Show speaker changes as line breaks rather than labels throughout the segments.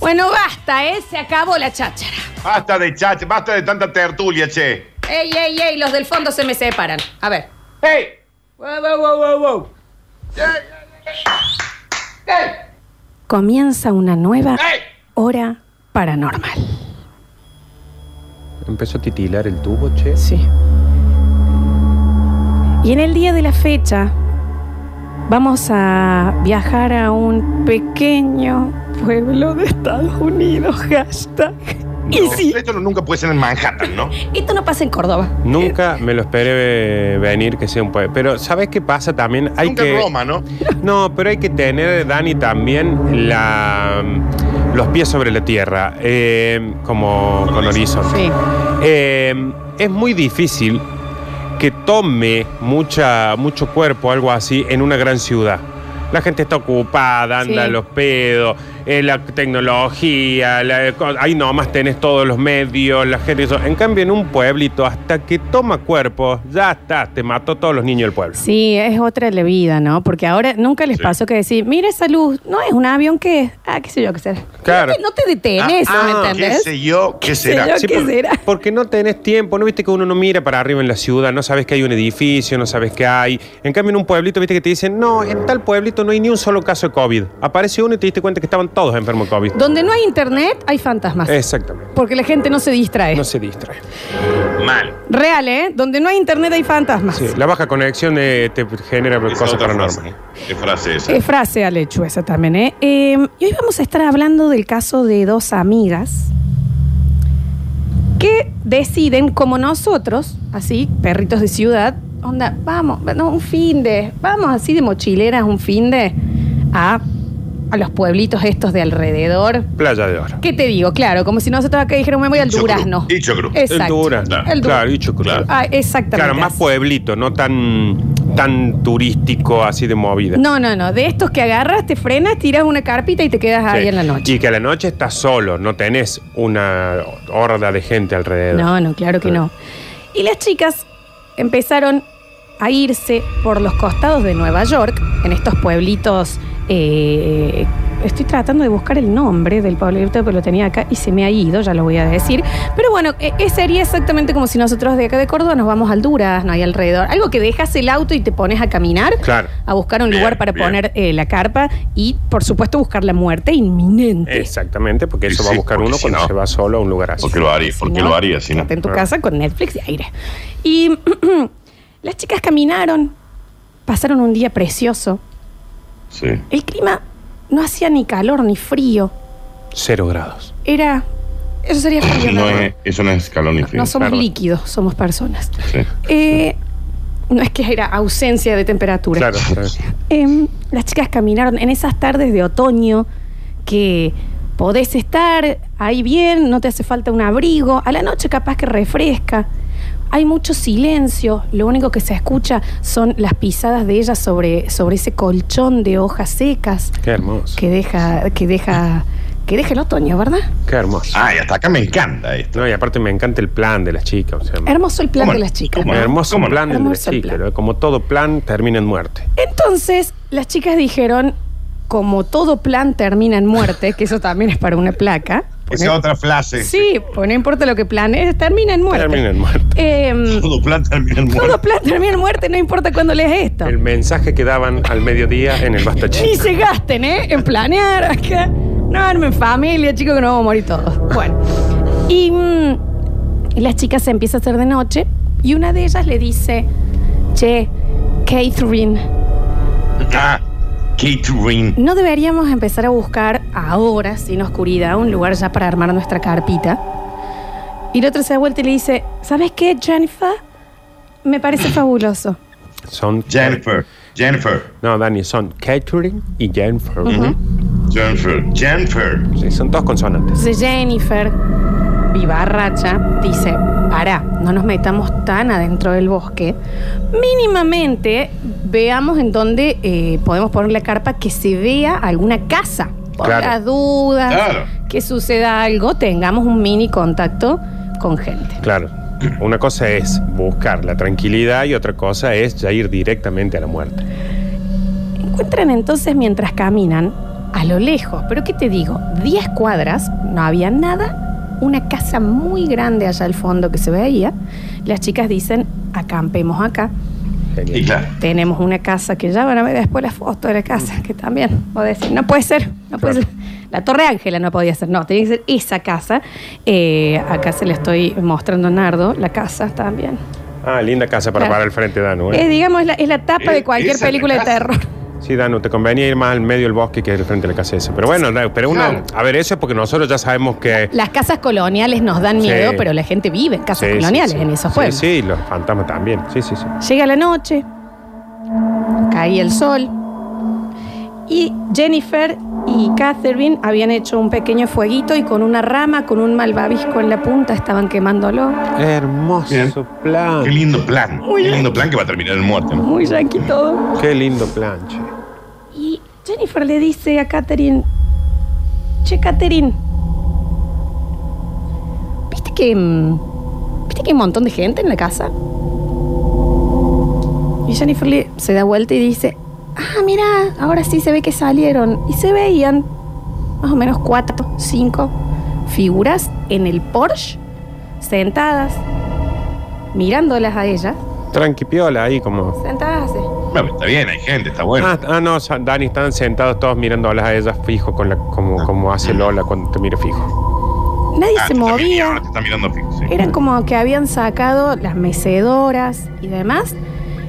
Bueno, basta, ¿eh? Se acabó la cháchara.
Basta de chache, basta de tanta tertulia, che.
Ey, ey, ey, los del fondo se me separan. A ver.
¡Hey!
Wow, wow, wow, wow, wow.
¡Hey!
Comienza una nueva
¡Hey!
hora paranormal.
Empezó a titilar el tubo, che.
Sí. Y en el día de la fecha vamos a viajar a un pequeño pueblo de Estados Unidos, hashtag. Y
No,
sí,
Esto no- nunca puede ser en Manhattan, ¿no?
esto no pasa en Córdoba.
Nunca me lo esperé eh, venir que sea un pueblo. Pero ¿sabes qué pasa también? Hay
nunca
que
en Roma, ¿no?
No, pero hay que tener, Dani, también la, los pies sobre la tierra, eh, como con horizonte.
Sí.
Eh, es muy difícil que tome mucha, mucho cuerpo, algo así, en una gran ciudad. La gente está ocupada, anda
Sí.
a los pedos, eh, la tecnología, la- eh, ahí nomás tenés todos los medios, la gente. Eso. En cambio, en un pueblito, hasta que toma cuerpo, ya está, te mató todos los niños del pueblo.
Sí, es otra la vida, ¿no? Porque ahora nunca les
Sí.
pasó que decir, mira esa luz, no es un avión que es, ah, qué sé yo qué será.
Claro.
No te, no te detenes,
Ah,
¿me
ah,
¿Qué
entendés?
sé yo? ¿Qué
yo?
será?
¿Qué
por-
será?
Porque no tenés tiempo, no viste que uno no mira para arriba en la ciudad, no sabes que hay un edificio, no sabes que hay. En cambio, en un pueblito, viste que te dicen, no, en tal pueblito no hay ni un solo caso de COVID. Aparece uno y te diste cuenta que estaban todos enfermos de COVID.
Donde no hay internet, hay fantasmas.
Exactamente.
Porque la gente no se distrae.
No se distrae.
Mal.
Real, ¿eh? Donde no hay internet hay fantasmas.
Sí, la baja conexión eh, te genera
Esa
cosas
otra
paranormales.
frase. ¿Qué frase es esa?
Qué Eh, frase al hecho esa también, ¿eh? Eh, Y hoy vamos a estar hablando del caso de dos amigas que deciden, como nosotros, así, perritos de ciudad, onda, vamos, no, un fin de, vamos así de mochileras, un fin de, a, a los pueblitos estos de alrededor.
Playa de oro.
¿Qué te digo? Claro, como si nosotros acá dijéramos, me voy al
Dicho
durazno.
cru- dicho cru.
Exacto.
El Durazno.
El Durazno.
Claro, dicho cru-
Ah, exactamente.
Claro, más
así.
pueblito, no tan, tan turístico, así de movida.
No, no, no. De estos que agarras, te frenas, tiras una carpita y te quedas ahí
Sí.
en la noche.
Y que a la noche estás solo, no tenés una horda de gente alrededor.
No, no, claro que
Sí.
no. Y las chicas empezaron a irse por los costados de Nueva York, en estos pueblitos. eh, estoy tratando de buscar el nombre del pueblito que lo tenía acá y se me ha ido, ya lo voy a decir. Pero bueno, eh, eh, sería exactamente como si nosotros de acá de Córdoba nos vamos al Durazno, ahí alrededor. Algo que dejas el auto y te pones a caminar.
Claro.
A buscar un
Bien,
lugar para
bien.
poner eh, la carpa y, por supuesto, buscar la muerte inminente.
Exactamente, porque eso
Sí,
va a buscar
porque
uno
si
cuando
no-
se va solo a un lugar así.
¿Por qué lo haría?
Si
¿Por qué
no,
lo haría si no?
quédate en tu casa con Netflix y aire. Y las chicas caminaron, pasaron un día precioso.
Sí.
El clima no hacía ni calor ni frío.
Cero grados.
Era. Eso sería frío.
No
¿no?
es, eso no es escalón
No
infinito.
somos
perdón.
líquidos, somos personas.
Sí.
Eh, no es que era ausencia de temperatura.
Claro.
Em, las chicas caminaron en esas tardes de otoño que podés estar ahí bien, no te hace falta un abrigo, a la noche capaz que refresca. Hay mucho silencio, lo único que se escucha son las pisadas de ellas sobre, sobre ese colchón de hojas secas
Qué hermoso.
que deja, que deja, que deja el otoño, ¿verdad?
Qué hermoso.
Ay, hasta acá me encanta esto.
No, y aparte me encanta el plan de las chicas. o sea,
Hermoso el plan
¿Cómo
de
no?
las chicas.
¿Cómo
¿no?
no?
hermoso
¿Cómo no?
plan de las
Hermoso el
chicas.
plan.
¿no? Como todo plan termina en muerte.
Entonces, las chicas dijeron, como todo plan termina en muerte, que eso también es para una placa.
Esa otra frase.
Sí, pues no importa lo que planees, termina en muerte.
Termina en muerte.
Eh,
Todo plan termina en
todo
muerte.
plan termina en muerte, no importa cuándo lees esto.
El mensaje que daban al mediodía en el Basta
Ni
Chica.
se gasten, ¿eh? En planear acá. No armen familia, chicos, que nos vamos a morir todos. Bueno. Y mm, las chicas se empieza a hacer de noche y una de ellas le dice, che, Catherine,
Ah, catering.
no deberíamos empezar a buscar ahora, sin oscuridad, un lugar ya para armar nuestra carpita. Y la otra se da vuelta y le dice, ¿sabes qué, Jennifer? Me parece fabuloso.
Son.
Jennifer. Jennifer.
No, Dani, son Catering y Jennifer.
Jennifer. Jennifer.
Sí, son dos consonantes.
Entonces Jennifer, vivarracha, dice, pará, no nos metamos tan adentro del bosque. Mínimamente veamos en dónde eh, podemos poner la carpa que se vea alguna casa. Por
Claro.
las dudas,
Claro.
que suceda algo, tengamos un mini contacto con gente.
Claro. Una cosa es buscar la tranquilidad y otra cosa es ya ir directamente a la muerte.
Encuentran entonces mientras caminan a a lo lejos, pero ¿qué te digo? 10 cuadras, no había nada, una casa muy grande allá al fondo que se veía. Las chicas dicen, acampemos acá.
Y claro.
Tenemos una casa que ya van a ver después la foto de la
Mm.
casa, que también vos decís, no puede ser, no puede
Claro.
ser. La Torre Ángela no podía ser, no, tenía que ser esa casa. Eh, acá se le estoy mostrando a Nardo, la casa también.
Ah, linda casa para
Claro.
parar al frente, Danu.
Es,
¿eh?
digamos, es la, es la tapa
Eh,
de cualquier
esa es la
película de
casa.
terror.
Sí, Danu, te convenía ir más al medio del bosque que al frente de la casa esa. Pero bueno, no, pero uno,
Claro.
a ver, eso es porque nosotros ya sabemos que...
Las casas coloniales nos dan
Sí.
miedo, pero la gente vive en casas
Sí, sí,
coloniales
sí.
en esos
Sí,
pueblos.
Sí, los fantasmas también. Sí, sí, sí.
Llega la noche, caía el sol y Jennifer y Catherine habían hecho un pequeño fueguito y con una rama, con un malvavisco en la punta, estaban quemándolo.
Hermoso
Bien.
plan.
Qué lindo plan.
Muy
Qué
bien.
lindo plan que va a terminar en muerte. ¿no?
Muy yankee todo.
Qué lindo plan, che.
Y Jennifer le dice a Catherine, che Catherine, ¿viste que, mm, ¿viste que hay un montón de gente en la casa? Y Jennifer le- se da vuelta y dice, ah, mira, ahora sí se ve que salieron. Y se veían más o menos cuatro, cinco figuras en el Porsche, sentadas, mirándolas a ellas,
Tranqui piola ahí como...
sentadas eh. así.
Bueno, está bien, hay gente, está bueno.
Ah, ah, no, Sa- Dani, están sentados todos mirándolas a ellas fijo, con la, como, como hace Lola cuando te mira fijo.
Nadie
Ah,
se
te está mirando,
movía. Eh,
Te está mirando fijo, sí.
Era como que habían sacado las mecedoras y demás.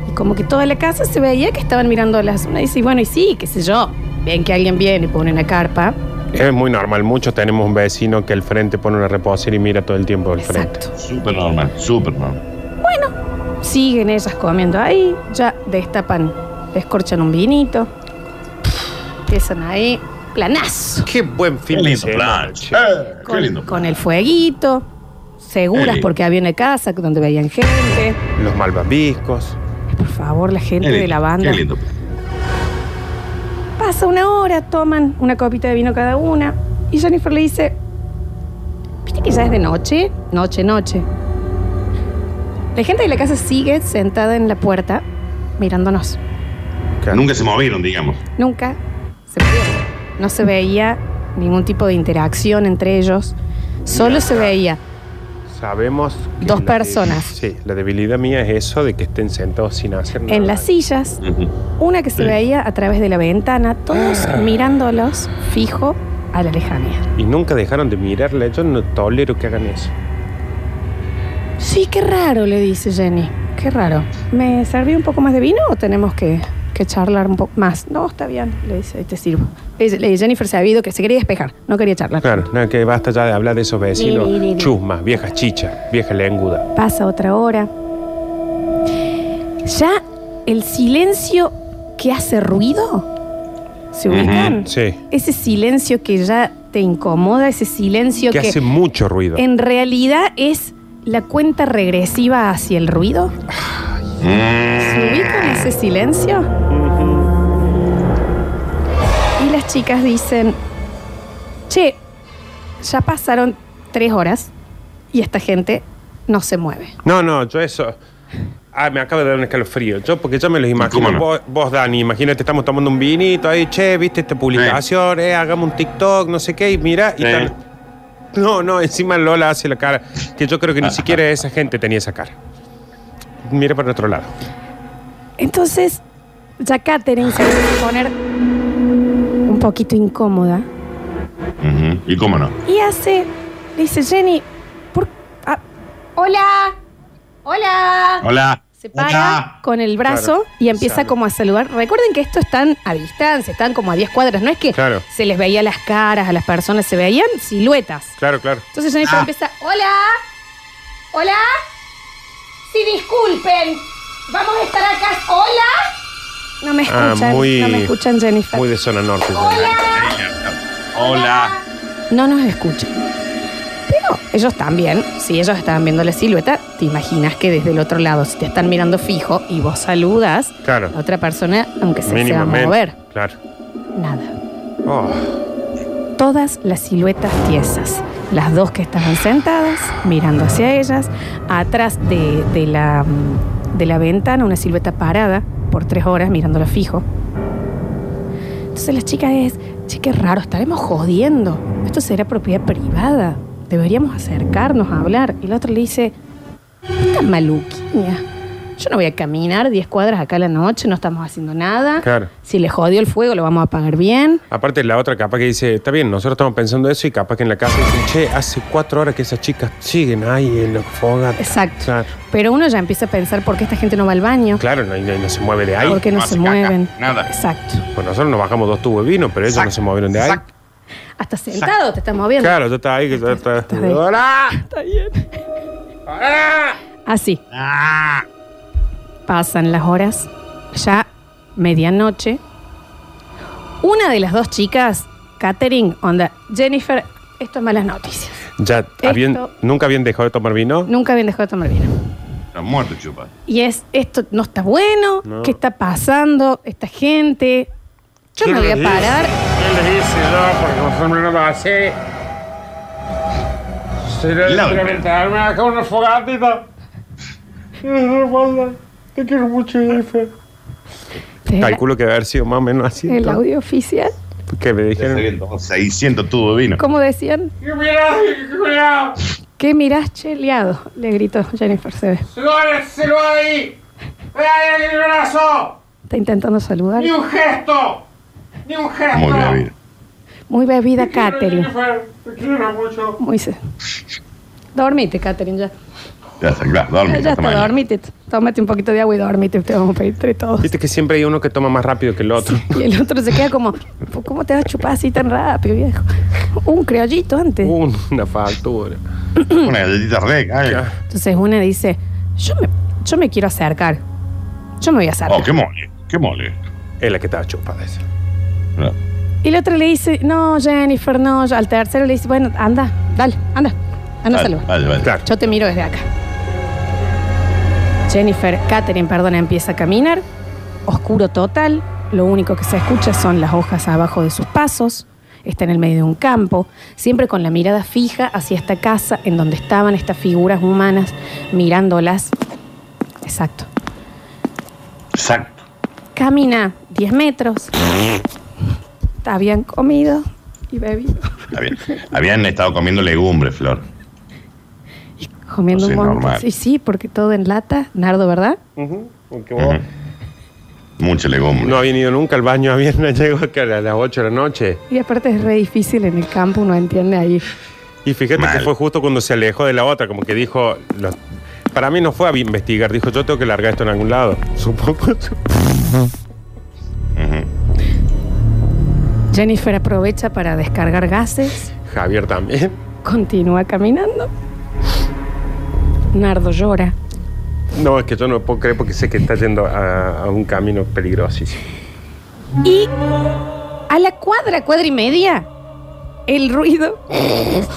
Y como que toda la casa se veía que estaban mirando las. Una dice, bueno, y sí, qué sé yo. Ven que alguien viene y pone una carpa.
Es muy normal, muchos tenemos un vecino que al frente pone una reposera y mira todo el tiempo al frente.
Exacto.
Súper normal, súper normal.
Siguen ellas comiendo ahí, ya destapan, descorchan un vinito. Empiezan ahí, planazo.
Qué buen
Qué
fin de
lindo
semana,
plan.
che.
Eh, Qué lindo
Con, con el fueguito, seguras
Eh.
porque había una casa donde veían gente.
Los malvaviscos.
Por favor, la gente
Qué
de
lindo,
la banda.
Qué lindo plan.
Pasa una hora, toman una copita de vino cada una. Y Jennifer le dice, ¿viste que ya es de noche? Noche, noche. La gente de la casa sigue sentada en la puerta mirándonos.
Claro.
Nunca se movieron, digamos.
Nunca se movieron. No se veía ningún tipo de interacción entre ellos. Solo se veía.
Sabemos. que
Dos
la
personas.
debil- sí, la debilidad mía es eso de que estén sentados sin hacer nada.
En las sillas,
Ujú.
una que
Sí.
se veía a través de la ventana, todos mirándolos fijo a la lejanía.
Y nunca dejaron de mirarla. Yo no tolero que hagan eso.
Sí, qué raro, le dice Jenny. Qué raro. ¿Me serví un poco más de vino o tenemos que, que charlar un poco más? No, está bien, le dice, ahí te sirvo. Le dice, le dice Jennifer se ha habido que se quería despejar, no quería charlar.
Claro, nada que basta ya de hablar de esos vecinos.
Ni, ni, ni.
Chusmas, viejas chichas, viejas lengudas.
Pasa otra hora. Ya el silencio que hace ruido, ¿se
Ujú,
ubican?
Sí.
Ese silencio que ya te incomoda, ese silencio
que
que,
hace mucho ruido.
en realidad es la cuenta regresiva hacia el ruido.
Mm.
¿Se ubican ese silencio? Y las chicas dicen, che, ya pasaron tres horas y esta gente no se mueve.
No, no, yo eso. Ah, me acaba de dar un escalofrío. Yo, porque yo me los imagino.
¿Cómo no?
Vos, vos, Dani, imagínate, estamos tomando un vinito ahí, che, viste esta publicación, eh, hagamos un TikTok, no sé qué, y mira, y
Sí.
tal. No, no, encima Lola hace la cara, que yo creo que ni siquiera esa gente tenía esa cara. Mira para otro lado.
Entonces, ya Katherine se va a poner un poquito incómoda
Ujú. ¿Y cómo no?
y hace, le dice Jenny, ¿por- ah, hola, hola.
Hola.
Se para
Hola.
con el brazo
Claro.
y empieza
Sale.
como a saludar. Recuerden que esto están a distancia, están como a 10 cuadras. No es que
Claro.
se les veía las caras a las personas, se veían siluetas.
Claro, claro.
Entonces Jennifer
Ah.
empieza, hola, hola, sí, disculpen, vamos a estar acá, hola. "Oh, No me
Ah,
escuchan,
muy-
no me escuchan Jennifer.
Muy de zona norte. ¿eh? ya.
Hola.
No nos escuchan. Pero ellos también, si ellos estaban viendo la silueta, te imaginas que desde el otro lado, si te están mirando fijo y vos saludas,
Claro.
la otra persona, aunque se, se va a
Mínimamente.
mover,
Claro.
nada.
Oh,
Todas las siluetas tiesas. Las dos que estaban sentadas, mirando hacia ellas. Atrás de, de la, mm, de la ventana, una silueta parada por tres horas mirándola fijo. Entonces las chicas es, Che, qué raro, estaremos jodiendo. Esto será propiedad privada. Deberíamos acercarnos a hablar. Y la otra le dice, esta maluquiña. Yo no voy a caminar 10 cuadras acá a la noche, no estamos haciendo nada.
Claro.
Si le jodió el fuego, lo vamos a pagar bien.
Aparte la otra capa que dice, está bien, nosotros estamos pensando eso y capaz que en la casa dicen, che, hace cuatro horas que esas chicas siguen ahí en la fogata.
Exacto.
Claro,
Pero uno ya empieza a pensar por qué esta gente no va al baño,
Claro, no, no- no se mueve de ahí.
por qué no,
no
se
hace caca,
mueven.
nada.
Exacto.
Pues nosotros nos bajamos dos tubos de vino, pero ellos
Sac,
no se movieron de ahí.
sac.
Hasta sentado te estás moviendo.
Claro, yo estaba ahí. que yo estaba-
Estás ahí.
¡Hola!
Así.
Ah.
Pasan las horas, ya medianoche. Una de las dos chicas, Catherine, onda, Jennifer, esto es malas noticias.
Ya, habían- ¿nunca habían dejado de tomar vino?
Nunca habían dejado de tomar vino.
Está muerto, chupa.
Y es, esto no está bueno,
No.
¿qué está pasando? Esta gente. Yo me voy a parar.
¿Qué les dice? No, porque vosotros no lo hacéis. Será
La-
experimentarme acá una fogatita. Te quiero mucho, Jennifer. Calculo que debe haber sido más o menos así.
El
¿no?
audio oficial,
Que me
Debe ser
dijeron.
que tomó 600 tubos de vino.
¿cómo decían? ¿Qué mirás cheleado? Le gritó Jennifer, se ve.
¡Se lo ahí! ¡Ay, el brazo!
Está intentando saludar.
un gesto! ¡Ni un gesto!
Muy bebido.
Muy bebida, Catherine.
Te quiero mucho.
Muy se... Dormite, Catherine, ya.
Ya está, claro, dorme.
Ya,
hasta
está,
mañana.
dormite. Tómate un poquito de agua y dormite. Te vamos a pedir entre todos.
Viste que siempre hay uno que toma más rápido que el otro.
Y el otro se queda como, ¿cómo te vas a chupar así tan rápido, viejo? Un criollito antes.
Un- Una factura. Hmm.
Una galletita rec. Ay.
Ya.
Entonces una dice, yo me, yo me quiero acercar. Yo me voy a acercar.
Oh, qué mole. Qué mole.
Es la que estaba chupada esa.
Claro.
Y la otra le dice, no, Jennifer, no. Al tercero le dice, bueno, anda, dale, anda. Anda,
Vale,
saluda.
vale, vale.
Claro.
Yo te miro desde acá. Jennifer, Katherine, perdona, empieza a caminar. Oscuro total. Lo único que se escucha son las hojas abajo de sus pasos. Está en el medio de un campo, siempre con la mirada fija hacia esta casa en donde estaban estas figuras humanas, mirándolas. Exacto.
Exacto.
Camina 10 metros. Habían comido y bebido.
Está bien. Habían estado comiendo legumbres, Flor.
Comiendo
Sí,
un montón.
normal.
Sí, sí, porque todo en lata. Nardo, ¿verdad?
Ujú, aunque vos-
Ujú. Mucha legumbre.
Oh. No habían ido nunca al baño, habían llegado acá a las 8 de la noche.
Y aparte es re difícil en el campo, uno entiende ahí.
Y fíjate
Mal.
que fue justo cuando se alejó de la otra, como que dijo. lo- para mí no fue a investigar, dijo yo tengo que largar esto en algún lado. Supongo.
Ujú.
Jennifer aprovecha para descargar gases,
Javier también.
continúa caminando. Nardo llora.
No, es que yo no puedo creer porque sé que está yendo a, a un camino peligrosísimo.
Y a la cuadra, cuadra y media, el ruido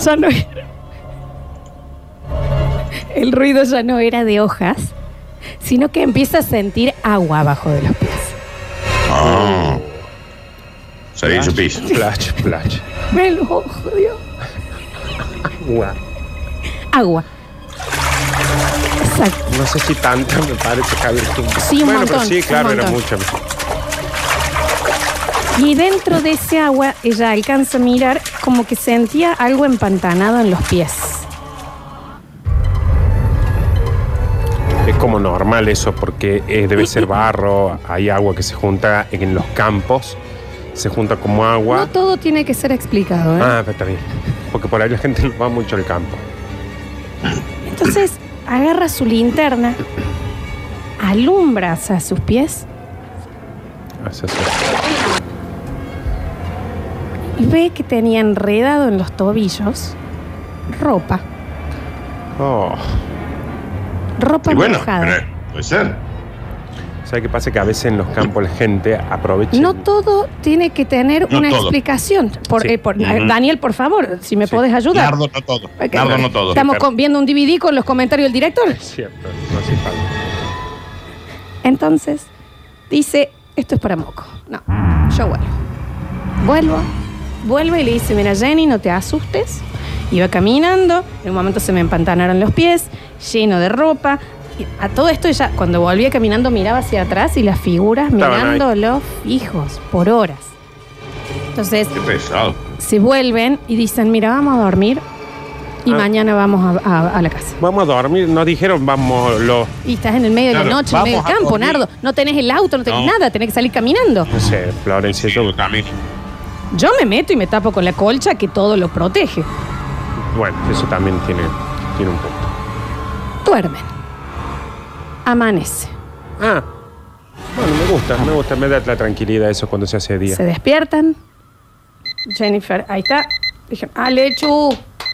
ya no era. El ruido ya no era de hojas, sino que empieza a sentir agua abajo de los pies.
Ah. Se había hecho pis.
Splash, splash.
Me lo jodió.
Guau.
Agua. Exacto.
No sé si tanto me parece Javier. que-
Sí, un
bueno,
montón,
pero sí,
un
claro, era mucho.
montón. Y dentro de ese agua ella alcanza a mirar como que sentía algo empantanado en los pies.
Es como normal eso porque eh, debe ser barro, hay agua que se junta en los campos, se junta como agua.
No todo tiene que ser explicado. ¿eh?
Ah, pero está bien. Porque por ahí la gente no va mucho al campo.
Entonces agarra su linterna, alumbra hacia sus pies
Hace así.
y ve que tenía enredado en los tobillos ropa,
Oh.
ropa
Y bueno,
mojada.
pero puede ser.
¿Sabes qué pasa? Que a veces en los campos la gente aprovecha.
No todo tiene que tener
No
una
todo.
explicación. Por-
Sí.
eh, por-
Ujú.
Daniel, por favor, si me
Sí.
podés ayudar.
Nardo no todo.
Ok.
Nardo no todo.
Estamos con- viendo un DVD con los comentarios del director.
Cierto, no hace falta.
Entonces, dice, esto es para Moco. No, yo vuelvo. Vuelvo, vuelvo y le dice, mira Jenny, no te asustes. Iba caminando, en un momento se me empantanaron los pies, lleno de ropa. Y a todo esto ella, cuando volvía caminando, miraba hacia atrás y las figuras
Estaban ahí.
mirando los fijos por horas. Entonces
Qué pesado.
se vuelven y dicen, mira, vamos a dormir y
Ah.
mañana vamos a, a- a la casa.
Vamos a dormir, nos dijeron, vamos los.
Y estás en el medio de la
Claro,
noche, en el medio del
vamos a
campo,
dormir.
Nardo. No tenés el auto, no tenés
No.
nada, tenés que salir caminando.
No sé, Florencia, yo-
también.
Yo me meto y me tapo con la colcha que todo lo protege.
Bueno, eso también tiene, tiene un punto.
Duermen. Amanece.
Ah, bueno, me gusta, me gusta, me da la tranquilidad eso cuando se hace de día.
Se despiertan. Jennifer, ahí está. Dije, Alechu,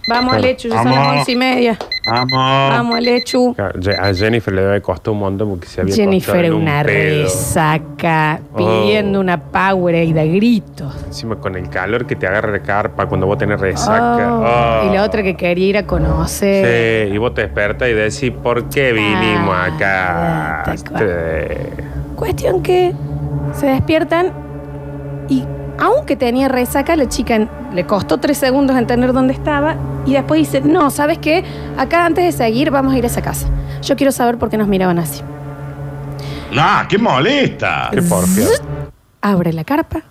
vamos
Bueno,
Alechu, ya son
vamos.
las once y media.
Ah.
Vamos.
Vamos Alechu.
Claro, Ye- A Jennifer le debe costar un montón porque se había
Jennifer,
encontrado en
una
un pedo.
resaca,
Oh.
pidiendo una power y da gritos.
Encima con el calor que te agarra la carpa cuando vos tenés resaca.
Oh.
Oh.
Y la otra que quería ir a conocer.
Sí, y vos te despertas y decís, ¿por qué vinimos
Ah,
acá? Este,
tal Cuestión que se despiertan y aunque tenía resaca, la chica en- le costó tres segundos entender dónde estaba y después dice, no, ¿sabes qué? Acá antes de seguir vamos a ir a esa casa. Yo quiero saber por qué nos miraban así.
No, qué molesta.
Qué porfía.
Zzz, Abre la carpa.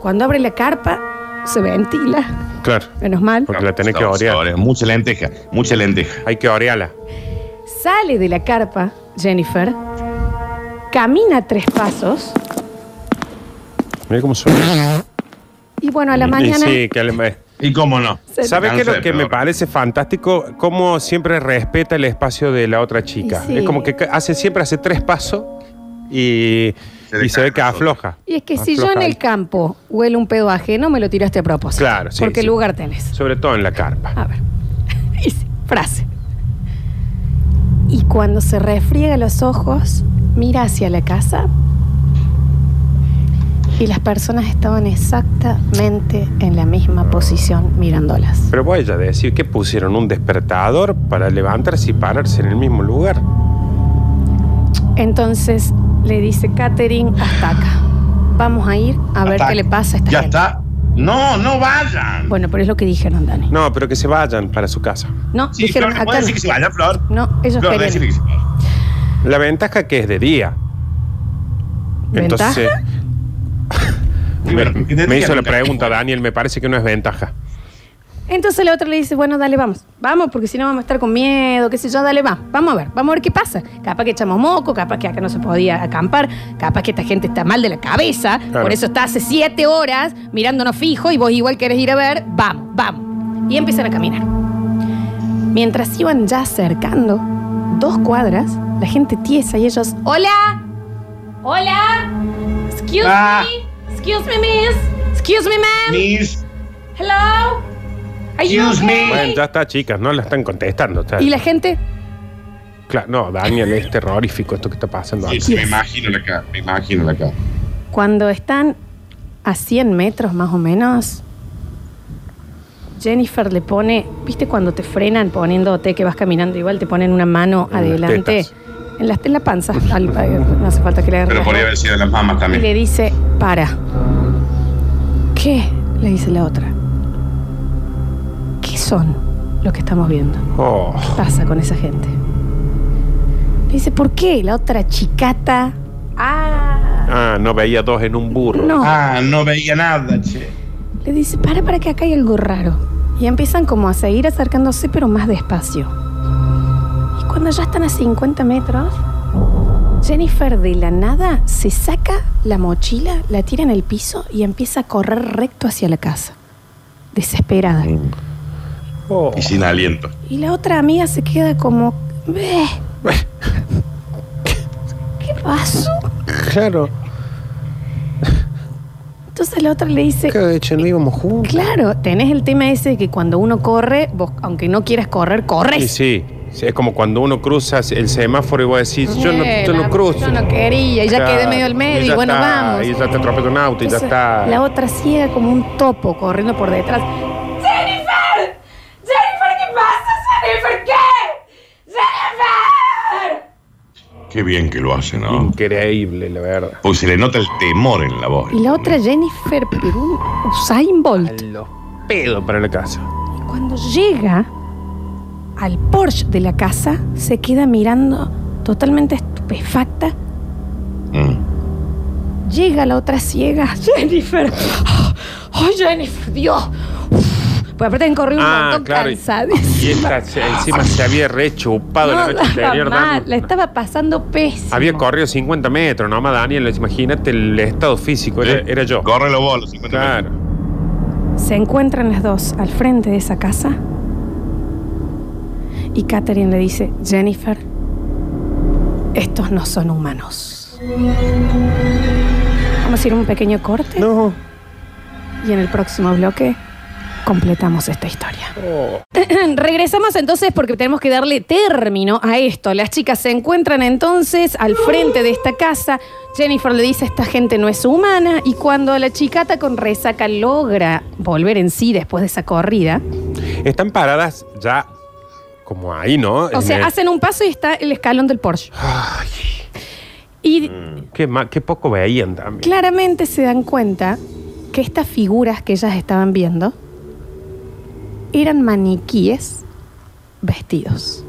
Cuando abre la carpa, se ventila.
Claro,
Menos mal.
porque la tenés que
No,
orear.
sorry, Mucha lenteja, mucha lenteja.
Hay que orearla.
Sale de la carpa, Jennifer. Camina tres pasos.
Mira cómo suena.
Y bueno, a la
Y
mañana.
Sí, que le-
¿Y cómo no?
Se-
¿Sabes qué es lo
Cáncer,
que me
peor.
parece fantástico? Cómo siempre respeta el espacio de la otra chica.
Y sí.
Es como que ca- hace, siempre hace tres pasos y y
Se
se,
le cae
ve que
la
afloja.
Y es que si yo
Afloja
en
ahí.
el campo huelo un pedo ajeno, me lo tiraste a propósito.
Claro, sí,
Porque
sí.
lugar tenés.
Sobre todo en la carpa.
A ver. Dice, frase. Y cuando se refriega los ojos, mira hacia la casa. Y las personas estaban exactamente en la misma posición mirándolas.
Pero voy a decir que pusieron un despertador para levantarse y pararse en el mismo lugar.
Entonces le dice Catherine, hasta acá. Vamos a ir a ver
Hasta-
qué le pasa a esta
Ya
gente.
está. No, no vayan.
Bueno, pero es lo que dijeron, Dani.
No, pero que se vayan para su casa.
No,
Sí,
dijeron
Flor, ¿me
acá.
puedes decir que se vayan, Flor?
No, ellos
Flor,
querían.
decir que se vayan.
La ventaja que es de día. Entonces,
Y bueno,
me,
de
me
día
hizo la
nunca.
pregunta, Daniel, me parece que no es ventaja.
Entonces la otra le dice, bueno, dale, vamos, vamos, porque si no vamos a estar con miedo, qué sé yo, dale, va, vamos a ver, vamos a ver qué pasa. Capaz que echamos moco, capaz que acá no se podía acampar, capaz que esta gente está mal de la cabeza,
Claro.
por eso está hace siete horas mirándonos fijo y vos igual querés ir a ver, vamos, vamos. Y empiezan a caminar. Mientras iban ya acercando dos cuadras, la gente tiesa y ellos, hola, hola, excuse
Ah.
me, excuse me, miss, excuse me, ma'am.
Miss,
Hello. Are you
Excuse me.
okay?
Bueno, ya está, chicas, no la están contestando. está-
Y la gente,
Claro, no, Daniel, es terrorífico esto que está pasando
sí,
acá.
sí, me imagino la cara, me imagino la cara.
cuando están a 100 metros más o menos, Jennifer le pone, ¿viste cuando te frenan poniéndote que vas caminando igual, te ponen una mano
En las
adelante?
tetas.
en, la, en la panza. Al- no hace falta que le
Pero
agarres.
podría haber sido de las mamás
Y
también.
le dice, para. ¿Qué? Le dice la otra. ¿Qué son lo que estamos viendo?
Oh,
pasa con esa gente? Le dice, ¿por qué la otra chicata? Ah.
ah, no veía dos en un burro.
No.
Ah, no veía nada, che.
Le dice, para, para que acá hay algo raro. Y empiezan como a seguir acercándose, pero más despacio. Y cuando ya están a 50 metros, Jennifer de la nada se saca la mochila, la tira en el piso y empieza a correr recto hacia la casa. Desesperada.
Oh.
Y sin aliento.
Y la otra amiga se queda como, "Beh, ¿qué pasó?
Claro,
Entonces la otra le dice,
que de hecho no íbamos juntos.
Claro, tenés el tema ese de que cuando uno corre, vos, aunque no quieras correr,
Y
corres.
sí, sí, es como cuando uno cruza el semáforo y vos decís, yo no, yo
Eh,
no
la-
cruzo.
Yo no quería, y ya
Claro,
quedé medio al medio,
y
y,
ya
bueno,
está,
vamos.
y ya te atropella un auto y ya
Entonces,
está.
La otra ciega como un topo corriendo por detrás. ¡Jennifer! ¡Jennifer, qué pasa! ¡Jennifer, qué! ¡Jennifer!
Qué bien que lo hacen, ¿no?
Increíble, la verdad.
Porque se le nota el temor en la voz.
Y la otra Jennifer, pero un Usain
A
Bolt.
los pedos para la casa.
Cuando llega al Porsche de la casa, se queda mirando totalmente estupefacta
Mm.
Llega la otra ciega, Jennifer. Oh, Jennifer, Dios. Pues aparte han corrido un
Ah,
montón
claro. Y
cansadísima.
y esta se- encima se había rechupado
No,
la noche anterior.
mal,
Dan.
la estaba pasando pésimo.
Había corrido 50 metros, nomás Daniel. Imagínate el estado físico. Era, era yo.
¿Eh? Corre los bolos, 50
Claro.
Se encuentran las dos al frente de esa casa. Y Katherine le dice, Jennifer, estos no son humanos. Vamos a ir a un pequeño corte
No.
y en el próximo bloque completamos esta historia.
Oh.
Regresamos entonces porque tenemos que darle término a esto. Las chicas se encuentran entonces al frente de esta casa. Jennifer le dice, esta gente no es humana. Y cuando la chicata con resaca logra volver en sí después de esa corrida,
Están paradas ya como ahí, ¿no?
o
En el-
sea, hacen un paso y está el escalón del Porsche.
Ay,
Y
qué, ma- qué poco veían también.
claramente se dan cuenta que estas figuras que ellas estaban viendo eran maniquíes vestidos.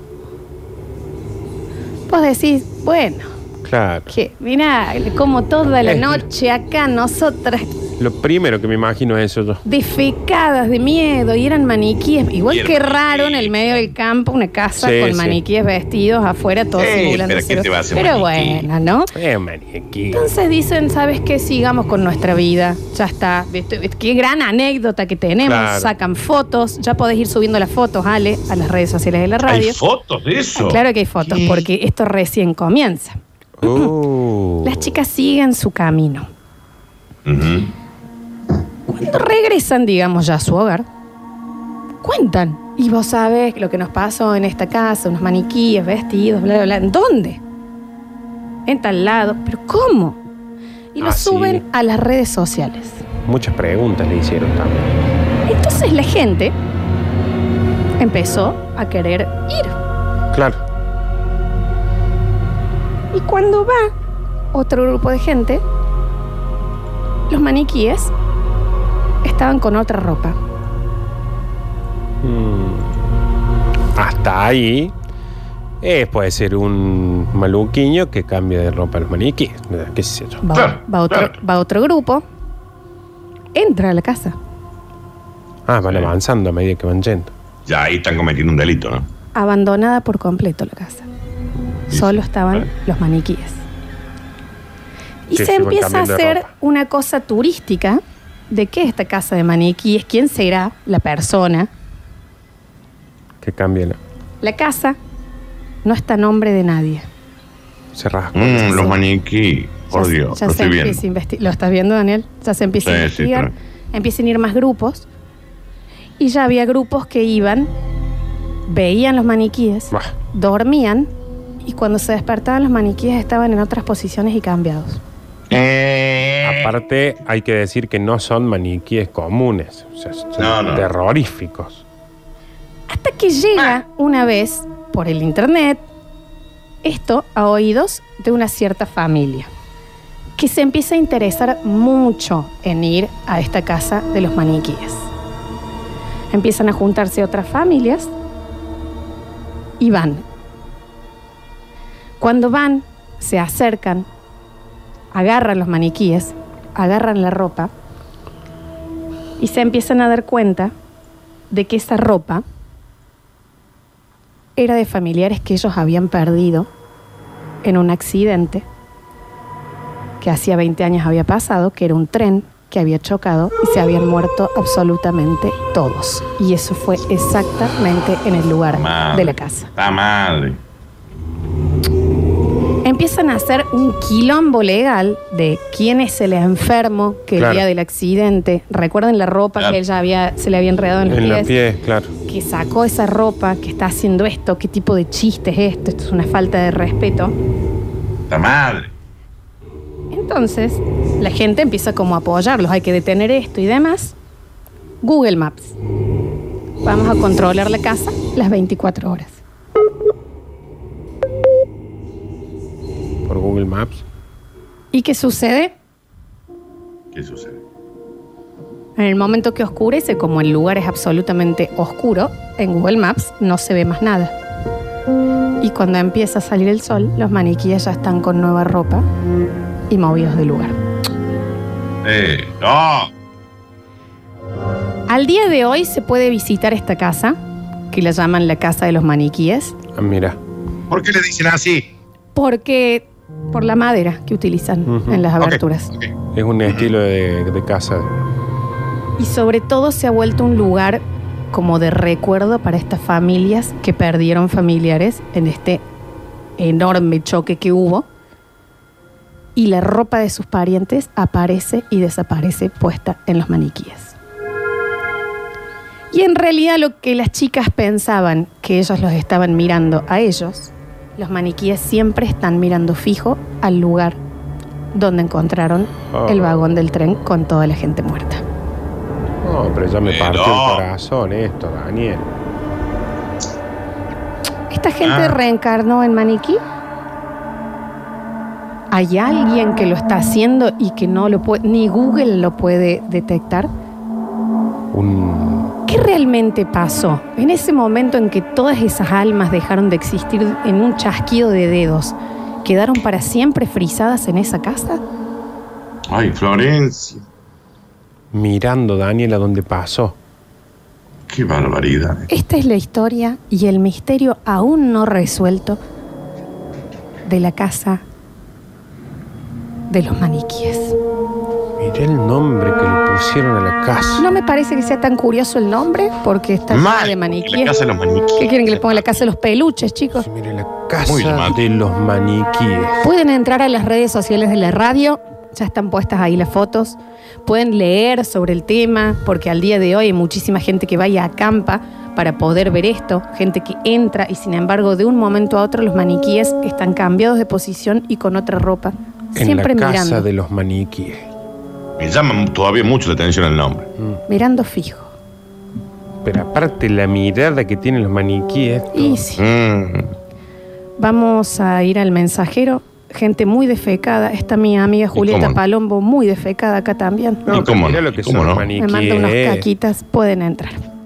Vos decís, bueno.
Claro.
Que, mirá, como toda la
Eh.
noche acá nosotras
Lo primero que me imagino es eso yo.
defecadas de miedo y eran maniquíes. Igual
Y el
que
maniquí.
raro en el medio del campo una casa
Sí,
con
sí.
maniquíes vestidos afuera, todos
Eh,
simulando
pero ¿qué
ser-
te va a hacer
Pero
maniquí?
bueno, ¿no?
Eh, maniquí.
Entonces dicen, ¿sabes qué? Sigamos con nuestra vida. Ya está. Viste, Qué gran anécdota que tenemos.
Claro.
Sacan fotos. Ya podés ir subiendo las fotos, Ale, a las redes sociales de la radio.
¿Hay fotos de eso?
Ah, claro que hay fotos,
¿Qué?
porque esto recién comienza.
Uh.
Las chicas siguen su camino.
Ujú.
Cuando regresan, digamos, ya a su hogar, cuentan. Y vos sabés lo que nos pasó en esta casa, unos maniquíes, vestidos, bla, bla, bla. ¿En dónde? En tal lado. ¿Pero cómo? Y lo
Ah, sí.
suben a las redes sociales.
Muchas preguntas le hicieron también.
Entonces la gente empezó a querer ir.
Claro.
Y cuando va otro grupo de gente, los maniquíes estaban con otra ropa.
Mm. Hasta ahí. eh, puede ser un maluquiño que cambia de ropa a los maniquíes. ¿Qué sé yo?
Va,
Claro,
va otro,
claro.
va otro grupo, entra a la casa.
Ah, van avanzando a medida que van yendo.
Ya ahí están cometiendo un delito, ¿no?
Abandonada por completo la casa.
Sí,
Solo
sí,
estaban
claro.
los maniquíes. Y se
Que se iban
empieza a
cambiando de
hacer
ropa.
una cosa turística de qué es esta casa de maniquíes, quién será la persona.
Que cambia la.
La casa no está a nombre de nadie.
Se rasga.
Mm, los
Sí.
maniquí. Por
Ya-
Dios,
ya
lo
se
estoy viendo.
empieza a investi- ¿Lo estás viendo, Daniel? Ya se empieza a
Sí, sí,
investigar. Empiezan a ir más grupos. Y ya había grupos que iban, veían los maniquíes,
Bah.
dormían y cuando se despertaban los maniquíes estaban en otras posiciones y cambiados.
Eh,
Aparte, hay que decir que no son maniquíes comunes. O sea, son
No, no.
terroríficos.
Hasta que llega una vez por el internet esto a oídos de una cierta familia que se empieza a interesar mucho en ir a esta casa de los maniquíes. Empiezan a juntarse otras familias y van. Cuando van, se acercan, agarran los maniquíes, agarran la ropa y se empiezan a dar cuenta de que esa ropa era de familiares que ellos habían perdido en un accidente que hacía 20 años había pasado, que era un tren que había chocado y se habían muerto absolutamente todos. Y eso fue exactamente en el lugar
Madre.
de la casa.
Está madre.
Empiezan a hacer un quilombo legal de quién es el enfermo que
Claro.
el día del accidente. Recuerden la ropa
Claro.
que ella había, se le había enredado en los
En los
pies.
pies, claro.
Que sacó esa ropa, que está haciendo esto, qué tipo de chiste es esto, esto es una falta de respeto.
Está madre.
Entonces, la gente empieza como a apoyarlos, hay que detener esto y demás. Google Maps. Vamos a controlar la casa las 24 horas.
Por Google Maps.
¿Y qué sucede?
¿Qué sucede?
En el momento que oscurece, como el lugar es absolutamente oscuro, en Google Maps no se ve más nada. Y cuando empieza a salir el sol, los maniquíes ya están con nueva ropa y movidos del lugar.
Sí, Eh, no.
Al día de hoy se puede visitar esta casa, que la llaman la Casa de los Maniquíes,
Ah, mira.
¿Por qué le dicen así?
porque por la madera que utilizan
Ujú.
en las
Ok,
aberturas.
ok.
Es un estilo de, de casa.
Y sobre todo se ha vuelto un lugar como de recuerdo para estas familias que perdieron familiares en este enorme choque que hubo. Y la ropa de sus parientes aparece y desaparece puesta en los maniquíes. Y en realidad lo que las chicas pensaban que ellos los estaban mirando a ellos, los maniquíes siempre están mirando fijo al lugar donde encontraron
Ah.
el vagón del tren con toda la gente muerta.
No, pero ya me
Eh,
partió
no.
el corazón esto, Daniel.
¿Esta gente
Ah.
reencarnó en maniquí? ¿Hay alguien que lo está haciendo y que no lo puede, ni Google lo puede detectar?
Un.
¿Qué realmente pasó en ese momento en que todas esas almas dejaron de existir en un chasquido de dedos? ¿Quedaron para siempre frisadas en esa casa?
Ay, Florencia.
Mirando, Daniel, a dónde pasó.
Qué barbaridad. eh.
Esta es la historia y el misterio aún no resuelto de la casa de los maniquíes.
Mirá el nombre que le pusieron a la casa.
No me parece que sea tan curioso el nombre, porque está llena
Mal,
de
La
maniquíes.
casa de los maniquíes.
¿Qué quieren que le ponga la casa de los peluches, chicos?
Sí, mira, la
Muy
casa
llamativo.
de los maniquíes.
Pueden entrar a las redes sociales de la radio, ya están puestas ahí las fotos. Pueden leer sobre el tema, porque al día de hoy hay muchísima gente que vaya a acampa para poder ver esto, gente que entra y sin embargo de un momento a otro los maniquíes están cambiados de posición y con otra ropa, siempre
en la casa
mirando,
de los maniquíes.
Me llama todavía mucho la atención el nombre.
mirando fijo.
Pero aparte la mirada que tienen los maniquíes.
Y sí.
Mm.
Vamos a ir al mensajero. Gente muy defecada. Está mi amiga Julieta
cómo no?
Palombo, muy defecada acá también.
No, ¿Y
pero
cómo
mirá
no?
lo que
¿Y cómo
son los
no?
Me manda unas
maniquíes.
caquitas, pueden entrar.